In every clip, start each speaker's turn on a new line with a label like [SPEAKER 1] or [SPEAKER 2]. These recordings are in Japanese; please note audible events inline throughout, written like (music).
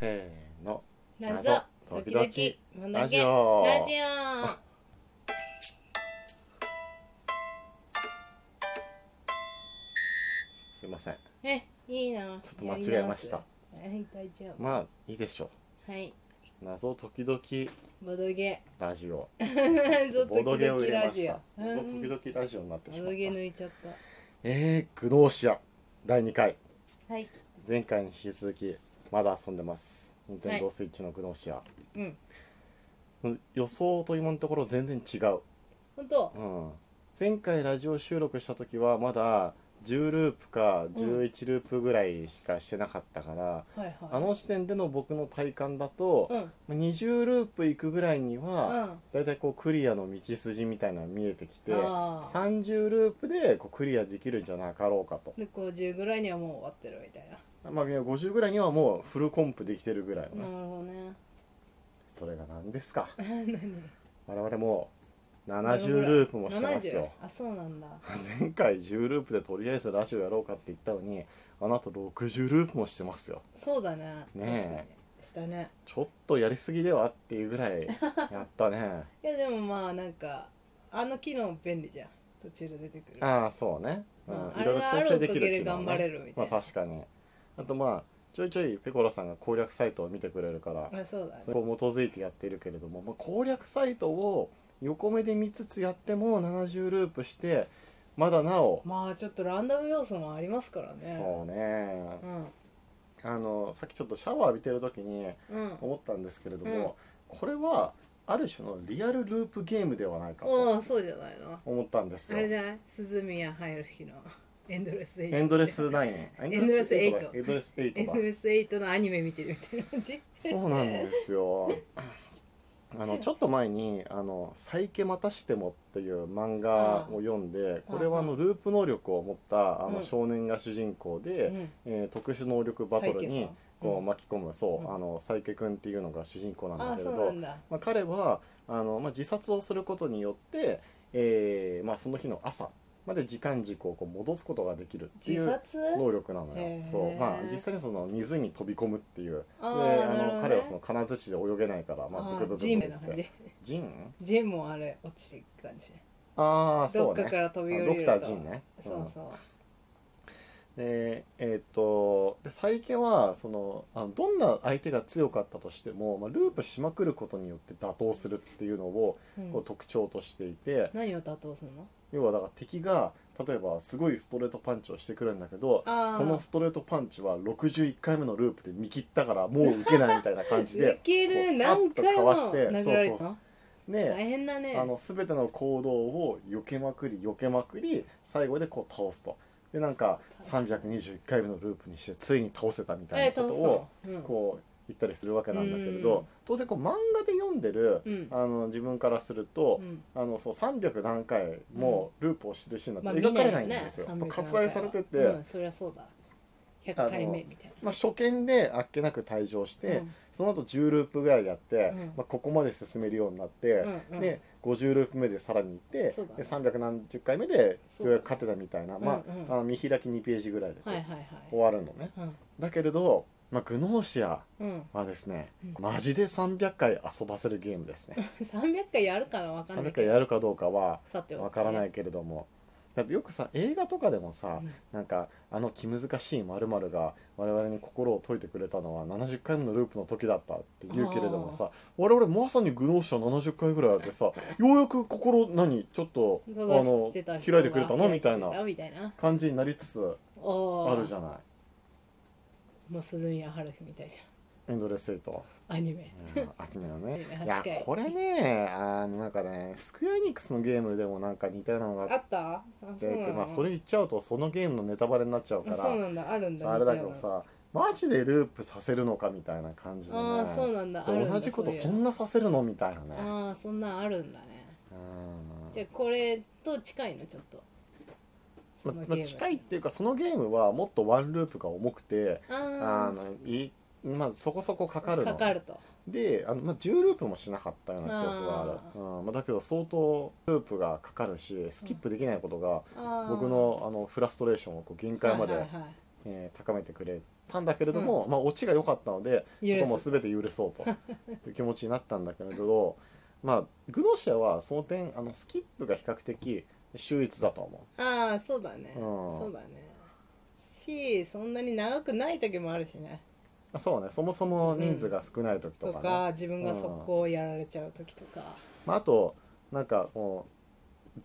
[SPEAKER 1] せーの謎
[SPEAKER 2] 謎時々もん
[SPEAKER 1] ラ
[SPEAKER 2] だ
[SPEAKER 1] ジ
[SPEAKER 2] け
[SPEAKER 1] オ
[SPEAKER 2] ラジオ
[SPEAKER 1] すいません
[SPEAKER 2] えいいな
[SPEAKER 1] ちょっと間違えました
[SPEAKER 2] やり直すはい大丈
[SPEAKER 1] まあいいでしょ
[SPEAKER 2] 夫はい
[SPEAKER 1] う謎時々
[SPEAKER 2] ボ
[SPEAKER 1] (laughs)
[SPEAKER 2] ドゲ
[SPEAKER 1] ラジオ
[SPEAKER 2] 謎
[SPEAKER 1] ボ
[SPEAKER 2] 時
[SPEAKER 1] ドゲを
[SPEAKER 2] 々
[SPEAKER 1] 入れ
[SPEAKER 2] ラ
[SPEAKER 1] まし
[SPEAKER 2] ジ
[SPEAKER 1] た
[SPEAKER 2] オ
[SPEAKER 1] 謎時
[SPEAKER 2] うん
[SPEAKER 1] 々ラジオになってし
[SPEAKER 2] ボ
[SPEAKER 1] ま
[SPEAKER 2] ド
[SPEAKER 1] っ
[SPEAKER 2] ゲ
[SPEAKER 1] た
[SPEAKER 2] 抜いちゃっ
[SPEAKER 1] えー、グノーシア第2回
[SPEAKER 2] たはい
[SPEAKER 1] 前回に引き続きまだ遊んでます任天堂スイッチのグノーシア、
[SPEAKER 2] うん
[SPEAKER 1] 予想と今のところ全然違う、
[SPEAKER 2] 本当
[SPEAKER 1] うん、前回ラジオ収録した時はまだ10ループか11ループぐらいしかしてなかったから、
[SPEAKER 2] はいはい
[SPEAKER 1] あの時点での僕の体感だと、
[SPEAKER 2] うん
[SPEAKER 1] まあ20ループ行くぐらいに
[SPEAKER 2] う
[SPEAKER 1] は、
[SPEAKER 2] ん
[SPEAKER 1] だいたいこうクリアの道筋みたいなのが見えてきて
[SPEAKER 2] ああ
[SPEAKER 1] 30ループでこうクリアできるんじゃなかろうかと、
[SPEAKER 2] で50ぐらいにはもう終わってるみたいな
[SPEAKER 1] まあ、50ぐらいにはもうフルコンプできてるぐらいのね、
[SPEAKER 2] なるほどね
[SPEAKER 1] それが何ですか (laughs)
[SPEAKER 2] 何
[SPEAKER 1] 我々もう70ループもしてますよ
[SPEAKER 2] 70あそうなんだ
[SPEAKER 1] 前回10ループでとりあえずラジオやろうかって言ったのにあの後60ループもしてますよ
[SPEAKER 2] そうだね確か
[SPEAKER 1] ね
[SPEAKER 2] に
[SPEAKER 1] え
[SPEAKER 2] したね
[SPEAKER 1] ちょっとやりすぎではっていうぐらいやった
[SPEAKER 2] (laughs)
[SPEAKER 1] ね
[SPEAKER 2] いやでもまあなんかあの機能便利じゃん途中で出てくる
[SPEAKER 1] ああそうね、う
[SPEAKER 2] うん
[SPEAKER 1] ん、
[SPEAKER 2] あ
[SPEAKER 1] いろ
[SPEAKER 2] れ
[SPEAKER 1] いろ
[SPEAKER 2] が
[SPEAKER 1] 調
[SPEAKER 2] ある
[SPEAKER 1] 整
[SPEAKER 2] お
[SPEAKER 1] で
[SPEAKER 2] か
[SPEAKER 1] き
[SPEAKER 2] げ
[SPEAKER 1] る
[SPEAKER 2] で
[SPEAKER 1] 機能
[SPEAKER 2] 頑
[SPEAKER 1] ね
[SPEAKER 2] 張れるみた
[SPEAKER 1] まあ
[SPEAKER 2] いな、
[SPEAKER 1] 確かにあとまあちょいちょいペコラさんが攻略サイトを見てくれるから
[SPEAKER 2] まあ、そうだ
[SPEAKER 1] そ
[SPEAKER 2] ね
[SPEAKER 1] こを基づいてやってるけれども、まあ、攻略サイトを横目で見つつやっても70ループしてまだなお、
[SPEAKER 2] まあちょっとランダム要素もありますからね
[SPEAKER 1] そうね
[SPEAKER 2] うん
[SPEAKER 1] あのさっきちょっとシャワー浴びてる時に
[SPEAKER 2] うん
[SPEAKER 1] 思ったんですけれども、これはある種のリアルループゲームではないか
[SPEAKER 2] お
[SPEAKER 1] と
[SPEAKER 2] おそうじゃないの
[SPEAKER 1] 思ったんです
[SPEAKER 2] あ
[SPEAKER 1] よ。
[SPEAKER 2] れ
[SPEAKER 1] エ
[SPEAKER 2] じゃない涼宮入る日のエンドレスエイト
[SPEAKER 1] ンドレスナイン、エ
[SPEAKER 2] エンドレスエイト
[SPEAKER 1] エンドレスエイ
[SPEAKER 2] エ
[SPEAKER 1] ト
[SPEAKER 2] ン
[SPEAKER 1] だ
[SPEAKER 2] ド。レスエイトのアニメ見てるみたいな感じ
[SPEAKER 1] そうなんですよ。
[SPEAKER 2] (laughs)
[SPEAKER 1] あのちょっと前にあのサイケまたしてもっていう漫画を読んで、これはあのループ能力を持ったあ
[SPEAKER 2] う
[SPEAKER 1] の
[SPEAKER 2] ん
[SPEAKER 1] 少年が主人公
[SPEAKER 2] う
[SPEAKER 1] で、
[SPEAKER 2] ん
[SPEAKER 1] えー特殊能力バトルにこう
[SPEAKER 2] うん
[SPEAKER 1] 巻き込む、そううんあのサイケ君っていうのが主人公なん
[SPEAKER 2] あ
[SPEAKER 1] だ
[SPEAKER 2] あ
[SPEAKER 1] けれ
[SPEAKER 2] そう
[SPEAKER 1] ど、
[SPEAKER 2] なんだ
[SPEAKER 1] まあ、彼はあの、まあ、自殺をすることによって、えーまあ、その日の朝まで時間軸をこう戻すことができるってい
[SPEAKER 2] 自
[SPEAKER 1] う
[SPEAKER 2] 殺
[SPEAKER 1] 能力なの
[SPEAKER 2] へ
[SPEAKER 1] よ
[SPEAKER 2] ー
[SPEAKER 1] そう、まあ、実際にその水に飛び込むっていう
[SPEAKER 2] あ
[SPEAKER 1] で
[SPEAKER 2] ー
[SPEAKER 1] あ
[SPEAKER 2] なるほど
[SPEAKER 1] の
[SPEAKER 2] ね
[SPEAKER 1] 彼はその金槌で泳げないから、まあ、
[SPEAKER 2] あ
[SPEAKER 1] ブクブクブ
[SPEAKER 2] ー
[SPEAKER 1] ク
[SPEAKER 2] ジンみたいな感
[SPEAKER 1] って
[SPEAKER 2] じ
[SPEAKER 1] ジン
[SPEAKER 2] ジンもあれ落ちていく感じ
[SPEAKER 1] ああ
[SPEAKER 2] ど
[SPEAKER 1] そ
[SPEAKER 2] っ
[SPEAKER 1] う
[SPEAKER 2] か
[SPEAKER 1] ね
[SPEAKER 2] から飛び降
[SPEAKER 1] ド
[SPEAKER 2] り
[SPEAKER 1] ク
[SPEAKER 2] る
[SPEAKER 1] ター
[SPEAKER 2] と
[SPEAKER 1] ジンね、
[SPEAKER 2] そ
[SPEAKER 1] うん
[SPEAKER 2] うそう
[SPEAKER 1] でえーっとで最近はそのあのどんな相手が強かったとしても、まあ、ループしまくることによって打倒するっていうのを
[SPEAKER 2] うん
[SPEAKER 1] こう特徴としていて、
[SPEAKER 2] 何を打倒するの
[SPEAKER 1] 要はだから敵が例えばすごいストレートパンチをしてくるんだけど
[SPEAKER 2] あー
[SPEAKER 1] そのストレートパンチは61回目のループで見切ったからもう受けないみたいな感じ
[SPEAKER 2] (laughs) い
[SPEAKER 1] で
[SPEAKER 2] け
[SPEAKER 1] こ
[SPEAKER 2] る
[SPEAKER 1] うさっ
[SPEAKER 2] 何
[SPEAKER 1] と
[SPEAKER 2] 回
[SPEAKER 1] か
[SPEAKER 2] も
[SPEAKER 1] わして
[SPEAKER 2] 殴られ
[SPEAKER 1] そう
[SPEAKER 2] たの大
[SPEAKER 1] ね
[SPEAKER 2] 変だね
[SPEAKER 1] あの全ての行動を避けまくり避けまくり最後でこう倒すとでなんか321回目のループにしてついに倒せたみたい
[SPEAKER 2] え
[SPEAKER 1] な
[SPEAKER 2] 倒
[SPEAKER 1] こと
[SPEAKER 2] す
[SPEAKER 1] を
[SPEAKER 2] のうん
[SPEAKER 1] こう言ったりするわけなんだけれ
[SPEAKER 2] うん
[SPEAKER 1] ど当然こう漫画で読んでる
[SPEAKER 2] うん
[SPEAKER 1] あの自分からすると、
[SPEAKER 2] うん
[SPEAKER 1] あのそう300何回もループをしてるシーンなん
[SPEAKER 2] まあ
[SPEAKER 1] て
[SPEAKER 2] 見
[SPEAKER 1] 描か
[SPEAKER 2] ない
[SPEAKER 1] れ
[SPEAKER 2] よ
[SPEAKER 1] ないん
[SPEAKER 2] ね
[SPEAKER 1] ですよ、
[SPEAKER 2] 300
[SPEAKER 1] 割愛されてて、
[SPEAKER 2] うんそりゃそうだ100回目みたい
[SPEAKER 1] まあ、初見であっけなく退場し
[SPEAKER 2] な
[SPEAKER 1] て、その後10ループぐらいやって、
[SPEAKER 2] うん
[SPEAKER 1] まあ、ここまで進めるようになっ
[SPEAKER 2] う
[SPEAKER 1] て、
[SPEAKER 2] んうん
[SPEAKER 1] で50ループ目でさらに行って、
[SPEAKER 2] そうだね
[SPEAKER 1] で300何十回目で
[SPEAKER 2] そう
[SPEAKER 1] よ
[SPEAKER 2] だ
[SPEAKER 1] うやく
[SPEAKER 2] ね
[SPEAKER 1] 勝てたみたいな、
[SPEAKER 2] ん
[SPEAKER 1] ま
[SPEAKER 2] うん
[SPEAKER 1] あ、あの見開き2ページぐらいで
[SPEAKER 2] はいはいはい
[SPEAKER 1] 終わるのね
[SPEAKER 2] うん
[SPEAKER 1] だけれど、まあ、グノーシア
[SPEAKER 2] うん
[SPEAKER 1] はですね
[SPEAKER 2] うん
[SPEAKER 1] マジで300回遊ばせるゲームですね
[SPEAKER 2] 300回やるかなわかんない
[SPEAKER 1] 300
[SPEAKER 2] け
[SPEAKER 1] 回
[SPEAKER 2] ど
[SPEAKER 1] やるかどうかは
[SPEAKER 2] さておきね
[SPEAKER 1] わからないけれどもだってよくさ映画とかでもさ、
[SPEAKER 2] うん
[SPEAKER 1] なんかあの気難しい〇〇が我々に心を解いてくれたのは70回目のループの時だったって言うけれどもさ我々まさにグノーシア70回ぐらいやって
[SPEAKER 2] (laughs)
[SPEAKER 1] さようやく心何ちょっとあ
[SPEAKER 2] そうだ知
[SPEAKER 1] の
[SPEAKER 2] ってた人
[SPEAKER 1] 開いてくれたの
[SPEAKER 2] が
[SPEAKER 1] みたい
[SPEAKER 2] 開てくれ
[SPEAKER 1] な
[SPEAKER 2] みたいな
[SPEAKER 1] 感じになりつつ
[SPEAKER 2] お
[SPEAKER 1] あるじ
[SPEAKER 2] ゃ
[SPEAKER 1] ゃない
[SPEAKER 2] んもう鈴宮春日みたいじ
[SPEAKER 1] エンドレスエイト、
[SPEAKER 2] ゃんアニメ
[SPEAKER 1] うん、アニメ
[SPEAKER 2] (laughs)
[SPEAKER 1] のねいや
[SPEAKER 2] 八回
[SPEAKER 1] これねあのなんかねスクエアエニックスのゲームでもなんか似たようなのがあっ
[SPEAKER 2] あったあそうな
[SPEAKER 1] で
[SPEAKER 2] の
[SPEAKER 1] まあ、それ言っちゃうとそのゲームのネタバレになっちゃうか
[SPEAKER 2] あ
[SPEAKER 1] ら
[SPEAKER 2] そうなんだあるんだ
[SPEAKER 1] あれだけど
[SPEAKER 2] み
[SPEAKER 1] さマジでループさせるのかみたいな感じ
[SPEAKER 2] たい
[SPEAKER 1] で、ね、
[SPEAKER 2] なああそうなんだあるんだ
[SPEAKER 1] 同じこと
[SPEAKER 2] ういう
[SPEAKER 1] そんなさせるのみたいなね
[SPEAKER 2] ああそんなんあるんだね
[SPEAKER 1] うん
[SPEAKER 2] じゃあこれと近いのちょっとそ
[SPEAKER 1] ま
[SPEAKER 2] のゲー
[SPEAKER 1] ま
[SPEAKER 2] ム
[SPEAKER 1] 近いっていうかそのゲームはもっとワンループが重くてあ
[SPEAKER 2] ああ
[SPEAKER 1] のいまあ、そこそこかかるの
[SPEAKER 2] かかると
[SPEAKER 1] であの、まあ、10ループもしなかったような記憶がある
[SPEAKER 2] あ
[SPEAKER 1] うんまあ、だけど相当ループがかかるしスキップできないことが
[SPEAKER 2] あー
[SPEAKER 1] 僕のあのフラストレーションをこう限界まで、
[SPEAKER 2] はいはいはい
[SPEAKER 1] えー高めてくれたんだけれども、まあオチが良かったので
[SPEAKER 2] 許
[SPEAKER 1] ことも
[SPEAKER 2] す
[SPEAKER 1] 全て許そう
[SPEAKER 2] (laughs)
[SPEAKER 1] という気持ちになったんだけれどまあグノシアはその点あのスキップが比較的秀逸だと思
[SPEAKER 2] ああそうだね、
[SPEAKER 1] うん
[SPEAKER 2] そうだねしそんなに長くない時もあるしね
[SPEAKER 1] うそうねそもそも人数が少ない時と
[SPEAKER 2] と
[SPEAKER 1] かね、
[SPEAKER 2] か自分が速攻をやられちゃう時とか、
[SPEAKER 1] まあ、あとなんかこう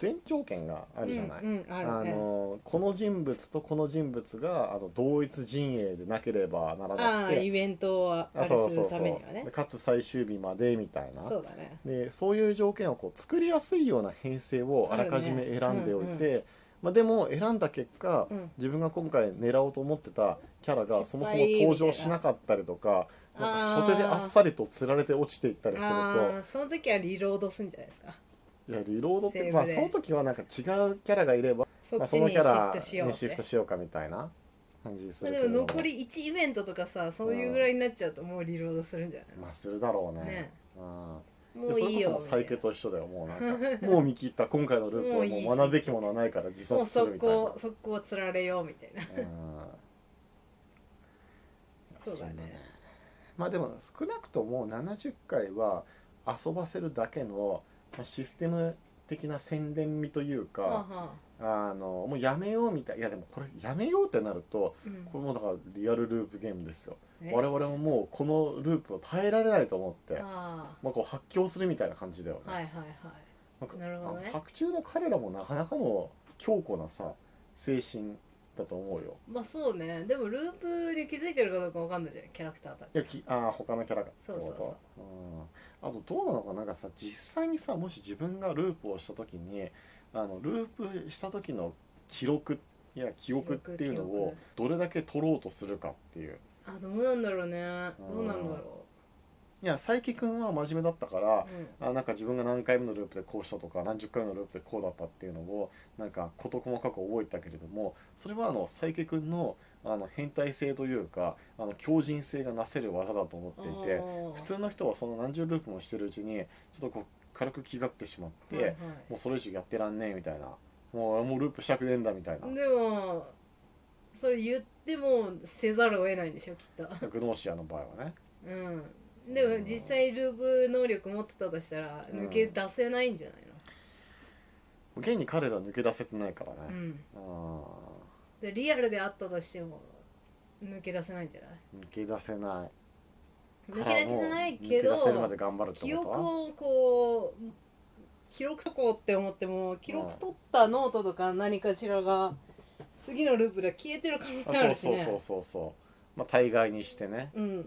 [SPEAKER 1] 前条件があるじゃない、
[SPEAKER 2] うんうん、あ
[SPEAKER 1] あ
[SPEAKER 2] るね
[SPEAKER 1] のこの人物とこの人物があの同一陣営でなければなら
[SPEAKER 2] あ
[SPEAKER 1] な
[SPEAKER 2] あ
[SPEAKER 1] く
[SPEAKER 2] イ
[SPEAKER 1] て
[SPEAKER 2] ベントをあ
[SPEAKER 1] あ
[SPEAKER 2] れするためにはね
[SPEAKER 1] かつ最終日までみたいな
[SPEAKER 2] そうだね
[SPEAKER 1] でそういう条件をこう作りやすいような編成をあらかじめ選んでおいて、まあ、でも選んだ結果、
[SPEAKER 2] うん
[SPEAKER 1] 自分が今回狙おうと思ってたキャラが
[SPEAKER 2] 失
[SPEAKER 1] そもそも
[SPEAKER 2] 敗
[SPEAKER 1] 登場しなかったりとか
[SPEAKER 2] みたいな
[SPEAKER 1] なんか初手であっさりと釣られて落ちていったりする
[SPEAKER 2] ああその時はリロードするんじゃないですか
[SPEAKER 1] といやリロードっ
[SPEAKER 2] セー
[SPEAKER 1] て、
[SPEAKER 2] ブで
[SPEAKER 1] まあ、その時はなんか違うキャラがいれば、
[SPEAKER 2] そ
[SPEAKER 1] まあ、
[SPEAKER 2] っ
[SPEAKER 1] そ
[SPEAKER 2] ち
[SPEAKER 1] の
[SPEAKER 2] に
[SPEAKER 1] キ
[SPEAKER 2] シ
[SPEAKER 1] ャラ
[SPEAKER 2] フトしよう
[SPEAKER 1] に
[SPEAKER 2] っ
[SPEAKER 1] シフ
[SPEAKER 2] て
[SPEAKER 1] トしようかみたいな感じにす
[SPEAKER 2] まあ
[SPEAKER 1] る
[SPEAKER 2] で
[SPEAKER 1] けど
[SPEAKER 2] も残り1イベントとかさそういうぐらいになっちゃうともうリロードするんじゃ
[SPEAKER 1] まあするだろうね
[SPEAKER 2] ね
[SPEAKER 1] うん
[SPEAKER 2] ないも
[SPEAKER 1] で
[SPEAKER 2] ういいよ
[SPEAKER 1] それこそもうサイ
[SPEAKER 2] みた
[SPEAKER 1] ケ
[SPEAKER 2] い
[SPEAKER 1] と一緒だよもうなん
[SPEAKER 2] (laughs)
[SPEAKER 1] かもう見切った今回のループ
[SPEAKER 2] も
[SPEAKER 1] は
[SPEAKER 2] ういいし
[SPEAKER 1] もう学ぶべきものはないから自
[SPEAKER 2] なもう
[SPEAKER 1] 殺する
[SPEAKER 2] 速
[SPEAKER 1] みたいな
[SPEAKER 2] 攻速攻つられようみたいな
[SPEAKER 1] う
[SPEAKER 2] そ
[SPEAKER 1] ん
[SPEAKER 2] うだね
[SPEAKER 1] まあでも少なくとも70回は遊ばせるだけのまあシステム的な宣伝味という
[SPEAKER 2] は
[SPEAKER 1] か、
[SPEAKER 2] あはあ
[SPEAKER 1] あのもうやめようみたいいやでもこれやめようってなると
[SPEAKER 2] うん
[SPEAKER 1] これもだからリアルループゲームですよ
[SPEAKER 2] ね
[SPEAKER 1] 我々ももうこのループを耐えられないと思って、
[SPEAKER 2] あ
[SPEAKER 1] まあ、こう発狂するみたいな感じだよね、
[SPEAKER 2] あはいはいはい
[SPEAKER 1] なんか
[SPEAKER 2] なるほどね
[SPEAKER 1] あの作中の彼らもなかなかの強固なさ精神だと思うよ
[SPEAKER 2] まあそうねでもループに気づいてるかどうかわかんないじゃんキャラクターた
[SPEAKER 1] いや
[SPEAKER 2] ち
[SPEAKER 1] きあー他のキャラがってこと
[SPEAKER 2] そうそう
[SPEAKER 1] うん、あとどうなのかなんかさ実際にさもし自分がループをした時にあのループした時の記録いや記憶っていうのをどれだけ取ろうとするかっていう
[SPEAKER 2] あどうなんだろうね
[SPEAKER 1] うん
[SPEAKER 2] どうなんだろ
[SPEAKER 1] いや佐伯君は真面目だったから
[SPEAKER 2] う、うん
[SPEAKER 1] あなんか自分が何回目のループでこうしたとか何十回目のループでこうだったっていうのをなんか事細かく覚えたけれどもそれはあの佐池くんのあの変態性というかあの強靭性がなせる技だと思っていて
[SPEAKER 2] ああ
[SPEAKER 1] 普通の人はその何十ループもしてるうちにちょっとこう軽く気がってしまって、
[SPEAKER 2] はいはい
[SPEAKER 1] もうそれ以上やってらんねえみたいなもう俺もうループしたくねえんだみたいな。
[SPEAKER 2] でもそれ言ってもせざるを得ないんでしょきっと
[SPEAKER 1] グノーシアの場合はね
[SPEAKER 2] うんでも実際ループ能力持ってたとしたら
[SPEAKER 1] うん
[SPEAKER 2] 抜け出せないんじゃない
[SPEAKER 1] 現に彼らは抜け出せてないから
[SPEAKER 2] の、う
[SPEAKER 1] ね、
[SPEAKER 2] ん、
[SPEAKER 1] うん、
[SPEAKER 2] でリアルであったとしても抜け出せないんじゃない
[SPEAKER 1] 抜け出せない
[SPEAKER 2] 抜け出せないけ
[SPEAKER 1] からもう抜け出せるま
[SPEAKER 2] ど
[SPEAKER 1] で頑張るってこと
[SPEAKER 2] 記憶をこう記録とこうって思っても記録取ったノートとか何かしらが次のループで消えてる可能
[SPEAKER 1] あ
[SPEAKER 2] 性あ
[SPEAKER 1] そう
[SPEAKER 2] るし
[SPEAKER 1] そう
[SPEAKER 2] ね
[SPEAKER 1] そうそうそうまあ大概にしてね、
[SPEAKER 2] うん
[SPEAKER 1] うん、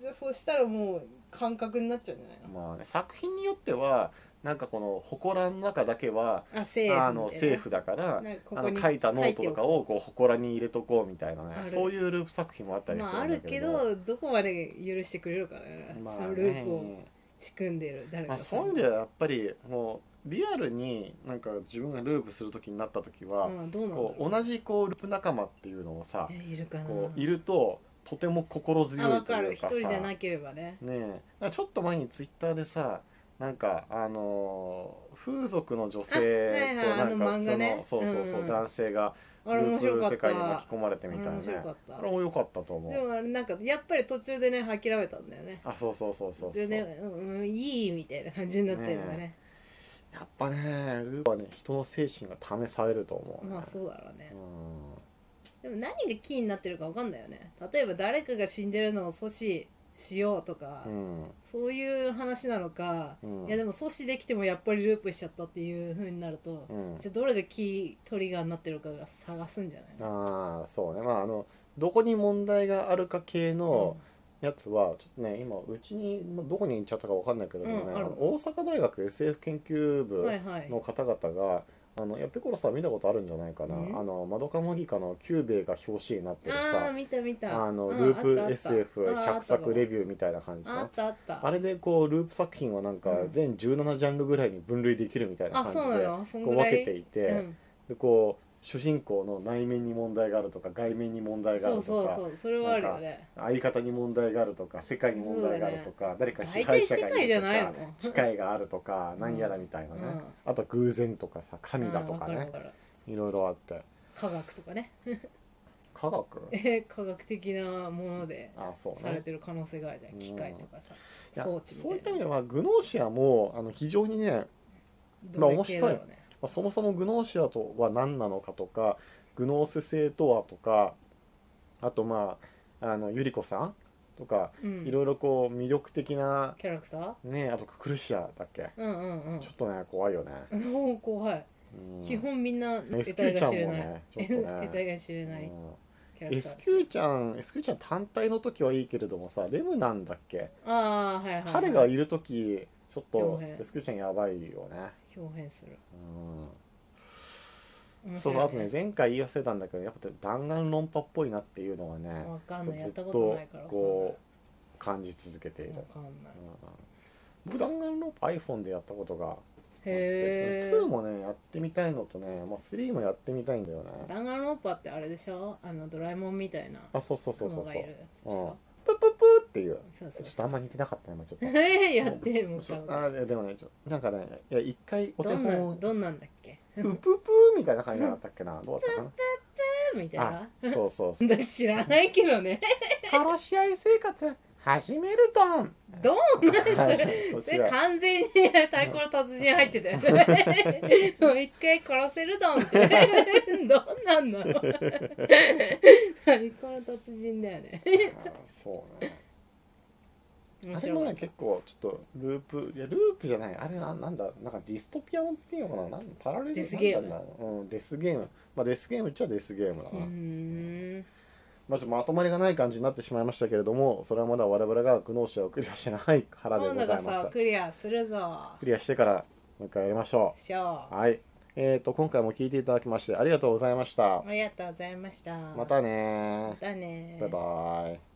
[SPEAKER 2] じゃあそうしたらもう感覚になっちゃうんじゃないの
[SPEAKER 1] まあね作品によってはなんかこの祠の中だけは
[SPEAKER 2] あ、セーフみたいな。
[SPEAKER 1] あのセーフだから
[SPEAKER 2] なんかこ
[SPEAKER 1] あ
[SPEAKER 2] こ
[SPEAKER 1] の
[SPEAKER 2] に
[SPEAKER 1] 書いたノートとか
[SPEAKER 2] 書い
[SPEAKER 1] をこう祠に入れとこうみたいな
[SPEAKER 2] あ
[SPEAKER 1] ね
[SPEAKER 2] る
[SPEAKER 1] そういうループ作品もあってた
[SPEAKER 2] おく
[SPEAKER 1] りす
[SPEAKER 2] まあ
[SPEAKER 1] るんだ
[SPEAKER 2] ある
[SPEAKER 1] け
[SPEAKER 2] け
[SPEAKER 1] ど,、
[SPEAKER 2] どどこまで許してくれるかね、
[SPEAKER 1] まあ
[SPEAKER 2] そ
[SPEAKER 1] ね
[SPEAKER 2] のループを仕組んでる誰
[SPEAKER 1] ま
[SPEAKER 2] か
[SPEAKER 1] あ、
[SPEAKER 2] さ
[SPEAKER 1] そういう意味ではやっぱりもうリアルになんか自分がループする時になった時は、
[SPEAKER 2] うんどうなんだ
[SPEAKER 1] こ
[SPEAKER 2] ろ
[SPEAKER 1] う同じこうループ仲間っていうのをさ
[SPEAKER 2] う、えいるかな
[SPEAKER 1] こういるととても心
[SPEAKER 2] あ
[SPEAKER 1] 強
[SPEAKER 2] わ
[SPEAKER 1] いと
[SPEAKER 2] かる
[SPEAKER 1] いう
[SPEAKER 2] 一
[SPEAKER 1] かさ
[SPEAKER 2] 人じゃなければね
[SPEAKER 1] ねえなんかちょっと前にツイッターでさなんかあのー風俗の女性
[SPEAKER 2] あはいはいあ
[SPEAKER 1] と
[SPEAKER 2] の
[SPEAKER 1] なんか
[SPEAKER 2] 漫
[SPEAKER 1] そ
[SPEAKER 2] 画ね
[SPEAKER 1] のそうそうそう
[SPEAKER 2] うんうん
[SPEAKER 1] 男性が
[SPEAKER 2] あれ
[SPEAKER 1] ル
[SPEAKER 2] 面白
[SPEAKER 1] ープ
[SPEAKER 2] か
[SPEAKER 1] 世
[SPEAKER 2] った
[SPEAKER 1] 界に巻き込まれて
[SPEAKER 2] あ
[SPEAKER 1] み
[SPEAKER 2] れ
[SPEAKER 1] たいな
[SPEAKER 2] 面白か
[SPEAKER 1] ね
[SPEAKER 2] っ
[SPEAKER 1] あ
[SPEAKER 2] た
[SPEAKER 1] れも良かったと思
[SPEAKER 2] で
[SPEAKER 1] う
[SPEAKER 2] もあれなんかやっぱり途中でね諦めたんだよね
[SPEAKER 1] あそうそうそうそう
[SPEAKER 2] 途
[SPEAKER 1] そう
[SPEAKER 2] 中で、うんうん、いいみたいな感じになってるんだね
[SPEAKER 1] やっぱねループはね人の精神が試されると思う、ね、
[SPEAKER 2] まあそうだろうね
[SPEAKER 1] う、
[SPEAKER 2] でも何がキーになってるかわかんないよね例えば誰かが死んでるのを阻止しようとか、
[SPEAKER 1] ん
[SPEAKER 2] そういう話なのか、
[SPEAKER 1] うん
[SPEAKER 2] いやでも阻止できてもやっぱりループしちゃったっていう風になると、
[SPEAKER 1] うん、うん、
[SPEAKER 2] じゃあどれがキートリガーになってるかが探すんじゃない
[SPEAKER 1] ああそうねまああのどこに問題があるか系のやつはちょっとね今うちにまあどこに行っちゃったかわかんないけれどもね、
[SPEAKER 2] うんあ
[SPEAKER 1] あ
[SPEAKER 2] る
[SPEAKER 1] の大阪大学 SF 研究
[SPEAKER 2] う
[SPEAKER 1] 部、
[SPEAKER 2] んはいはい
[SPEAKER 1] の方々が、あのいやペコロさん見たことあるんじゃないかな、
[SPEAKER 2] うん
[SPEAKER 1] あのマドカモギカのキューベイが表紙になってる
[SPEAKER 2] ああー
[SPEAKER 1] さ
[SPEAKER 2] 見た見た
[SPEAKER 1] あの
[SPEAKER 2] うん
[SPEAKER 1] ル
[SPEAKER 2] あ
[SPEAKER 1] ー
[SPEAKER 2] っ
[SPEAKER 1] プ
[SPEAKER 2] たあった
[SPEAKER 1] SF100 作レ
[SPEAKER 2] ビ
[SPEAKER 1] ビューみたいな感じ
[SPEAKER 2] あ
[SPEAKER 1] の
[SPEAKER 2] ったあった
[SPEAKER 1] あれでこうループ作品はなんか
[SPEAKER 2] うん
[SPEAKER 1] 全17ジャンルぐらいに分類できるみたいな
[SPEAKER 2] あ
[SPEAKER 1] 感
[SPEAKER 2] そうな
[SPEAKER 1] じで
[SPEAKER 2] のそん
[SPEAKER 1] こ
[SPEAKER 2] ぐ
[SPEAKER 1] う
[SPEAKER 2] ら
[SPEAKER 1] 分
[SPEAKER 2] い
[SPEAKER 1] けていて、
[SPEAKER 2] うん、
[SPEAKER 1] でこう主人公の内面に問題があるとか外面に問題があ
[SPEAKER 2] そ
[SPEAKER 1] る
[SPEAKER 2] うそ
[SPEAKER 1] と
[SPEAKER 2] う
[SPEAKER 1] か
[SPEAKER 2] そうそれはあるよね
[SPEAKER 1] 相方に問題があるとか世界に問題があるとか、誰か支
[SPEAKER 2] 大
[SPEAKER 1] 配
[SPEAKER 2] 体
[SPEAKER 1] 者
[SPEAKER 2] 世
[SPEAKER 1] がい
[SPEAKER 2] 界じゃ
[SPEAKER 1] ると
[SPEAKER 2] ない
[SPEAKER 1] か
[SPEAKER 2] の
[SPEAKER 1] 機械があるとか
[SPEAKER 2] うん
[SPEAKER 1] なんやらみたいなね、
[SPEAKER 2] うん
[SPEAKER 1] あと偶然とかさ神だとか
[SPEAKER 2] うんわ
[SPEAKER 1] ね
[SPEAKER 2] るわる
[SPEAKER 1] いろいろあって
[SPEAKER 2] 科学とかね (laughs)
[SPEAKER 1] 科科学
[SPEAKER 2] え科学的なもので
[SPEAKER 1] あそう
[SPEAKER 2] され
[SPEAKER 1] ね
[SPEAKER 2] てる可能性があるじゃん、
[SPEAKER 1] うん
[SPEAKER 2] 機械とかさ
[SPEAKER 1] いや
[SPEAKER 2] 装置
[SPEAKER 1] そうい
[SPEAKER 2] み
[SPEAKER 1] った
[SPEAKER 2] た
[SPEAKER 1] 意
[SPEAKER 2] い
[SPEAKER 1] 味で
[SPEAKER 2] な
[SPEAKER 1] はグノーシアもあの非常にねまあ面白い
[SPEAKER 2] どれ系だろうね
[SPEAKER 1] まあそもそもグノーシアとは何なのかとかグノース性とはとかあとまああのゆり子さんとか
[SPEAKER 2] うん
[SPEAKER 1] いろいろこう魅力的な
[SPEAKER 2] キャラクター
[SPEAKER 1] ねあとククルシアだっけ
[SPEAKER 2] うんうん
[SPEAKER 1] ちょっとね怖いよね、
[SPEAKER 2] うんもう怖い
[SPEAKER 1] うん、
[SPEAKER 2] 基本みんな得
[SPEAKER 1] S q
[SPEAKER 2] 体
[SPEAKER 1] ちゃ
[SPEAKER 2] が
[SPEAKER 1] ん
[SPEAKER 2] 知
[SPEAKER 1] も
[SPEAKER 2] れない、
[SPEAKER 1] ねちょっと
[SPEAKER 2] (laughs) 得
[SPEAKER 1] ね
[SPEAKER 2] 体が知れないキャラ
[SPEAKER 1] うん、
[SPEAKER 2] クタ
[SPEAKER 1] S
[SPEAKER 2] ー
[SPEAKER 1] q ちゃん S q ちゃん単体の時はいいけれどもさレムなんだっけ
[SPEAKER 2] ああはいはい、はい、
[SPEAKER 1] 彼がいる時ちょっ
[SPEAKER 2] 豹
[SPEAKER 1] と
[SPEAKER 2] 変
[SPEAKER 1] S q ちゃんやばいよね、
[SPEAKER 2] 表現する
[SPEAKER 1] うんそう
[SPEAKER 2] 面白い、
[SPEAKER 1] そうあとね前回言い忘れたんだけどやっぱ弾丸論破っぽいなっていうのはね
[SPEAKER 2] わかんないや
[SPEAKER 1] ず
[SPEAKER 2] っ
[SPEAKER 1] った
[SPEAKER 2] こと
[SPEAKER 1] と
[SPEAKER 2] ないからわかん
[SPEAKER 1] こう感じ続けてい
[SPEAKER 2] ない
[SPEAKER 1] る
[SPEAKER 2] わ、かんない
[SPEAKER 1] うん僕弾丸論破 iPhone でやったことがあって
[SPEAKER 2] へ
[SPEAKER 1] 2
[SPEAKER 2] え
[SPEAKER 1] もねやってみたいのとね、まあ、3もやってみたいんだよね
[SPEAKER 2] 弾丸論破ってあれでしょあのドラえもんみたいな
[SPEAKER 1] あそうそうそうそ
[SPEAKER 2] 雲
[SPEAKER 1] うそ
[SPEAKER 2] が
[SPEAKER 1] う
[SPEAKER 2] いるやつでしょ
[SPEAKER 1] プップップーっていう
[SPEAKER 2] そう
[SPEAKER 1] ち
[SPEAKER 2] そ
[SPEAKER 1] ょ
[SPEAKER 2] う
[SPEAKER 1] っと
[SPEAKER 2] そ
[SPEAKER 1] あ
[SPEAKER 2] うん
[SPEAKER 1] ま似てなかったね今ちょっと
[SPEAKER 2] え (laughs) やってもう
[SPEAKER 1] そ
[SPEAKER 2] か
[SPEAKER 1] うあいやでもねちょっとなんかねいや一回お手
[SPEAKER 2] どんな
[SPEAKER 1] 本
[SPEAKER 2] どんなんだっけ
[SPEAKER 1] ウププーみたいな感じじゃなかったっけな
[SPEAKER 2] (laughs)
[SPEAKER 1] どうだったか
[SPEAKER 2] みたい
[SPEAKER 1] な
[SPEAKER 2] な
[SPEAKER 1] あそうそうそう
[SPEAKER 2] 私知らないけどね
[SPEAKER 1] 殺し合い生活始める
[SPEAKER 2] (laughs)
[SPEAKER 1] ドン
[SPEAKER 2] どんなんそ
[SPEAKER 1] はい
[SPEAKER 2] れ
[SPEAKER 1] こち
[SPEAKER 2] それ
[SPEAKER 1] ら
[SPEAKER 2] 完全に太鼓の達人入って
[SPEAKER 1] (laughs)
[SPEAKER 2] たよねもう一回殺せるドンってどんなんなの太鼓の達人だよね
[SPEAKER 1] あーそうね
[SPEAKER 2] 面
[SPEAKER 1] あれも
[SPEAKER 2] 白い
[SPEAKER 1] ね結構ちょっとループいやループじゃないあれななんだなんかディストピアもっていうのかななんパラレル
[SPEAKER 2] デスゲーム
[SPEAKER 1] なんだろううんデスゲームまあデスゲームっちゃデスゲームだ
[SPEAKER 2] う
[SPEAKER 1] な、
[SPEAKER 2] ーん
[SPEAKER 1] まあちょっとまとまりがない感じになってしまいましたけれどもそれはまだ我々が苦悩者をクリアしてないからで
[SPEAKER 2] 今
[SPEAKER 1] ご
[SPEAKER 2] 度
[SPEAKER 1] ざ
[SPEAKER 2] が
[SPEAKER 1] いま
[SPEAKER 2] さ
[SPEAKER 1] す
[SPEAKER 2] クリアするぞ
[SPEAKER 1] クリアしてからもう一回やりましょ
[SPEAKER 2] しょ
[SPEAKER 1] うはいえー、と今回も聞いていただきましてありがとうございました
[SPEAKER 2] うありがとうございました
[SPEAKER 1] また
[SPEAKER 2] ま
[SPEAKER 1] ね
[SPEAKER 2] たね
[SPEAKER 1] バイバイ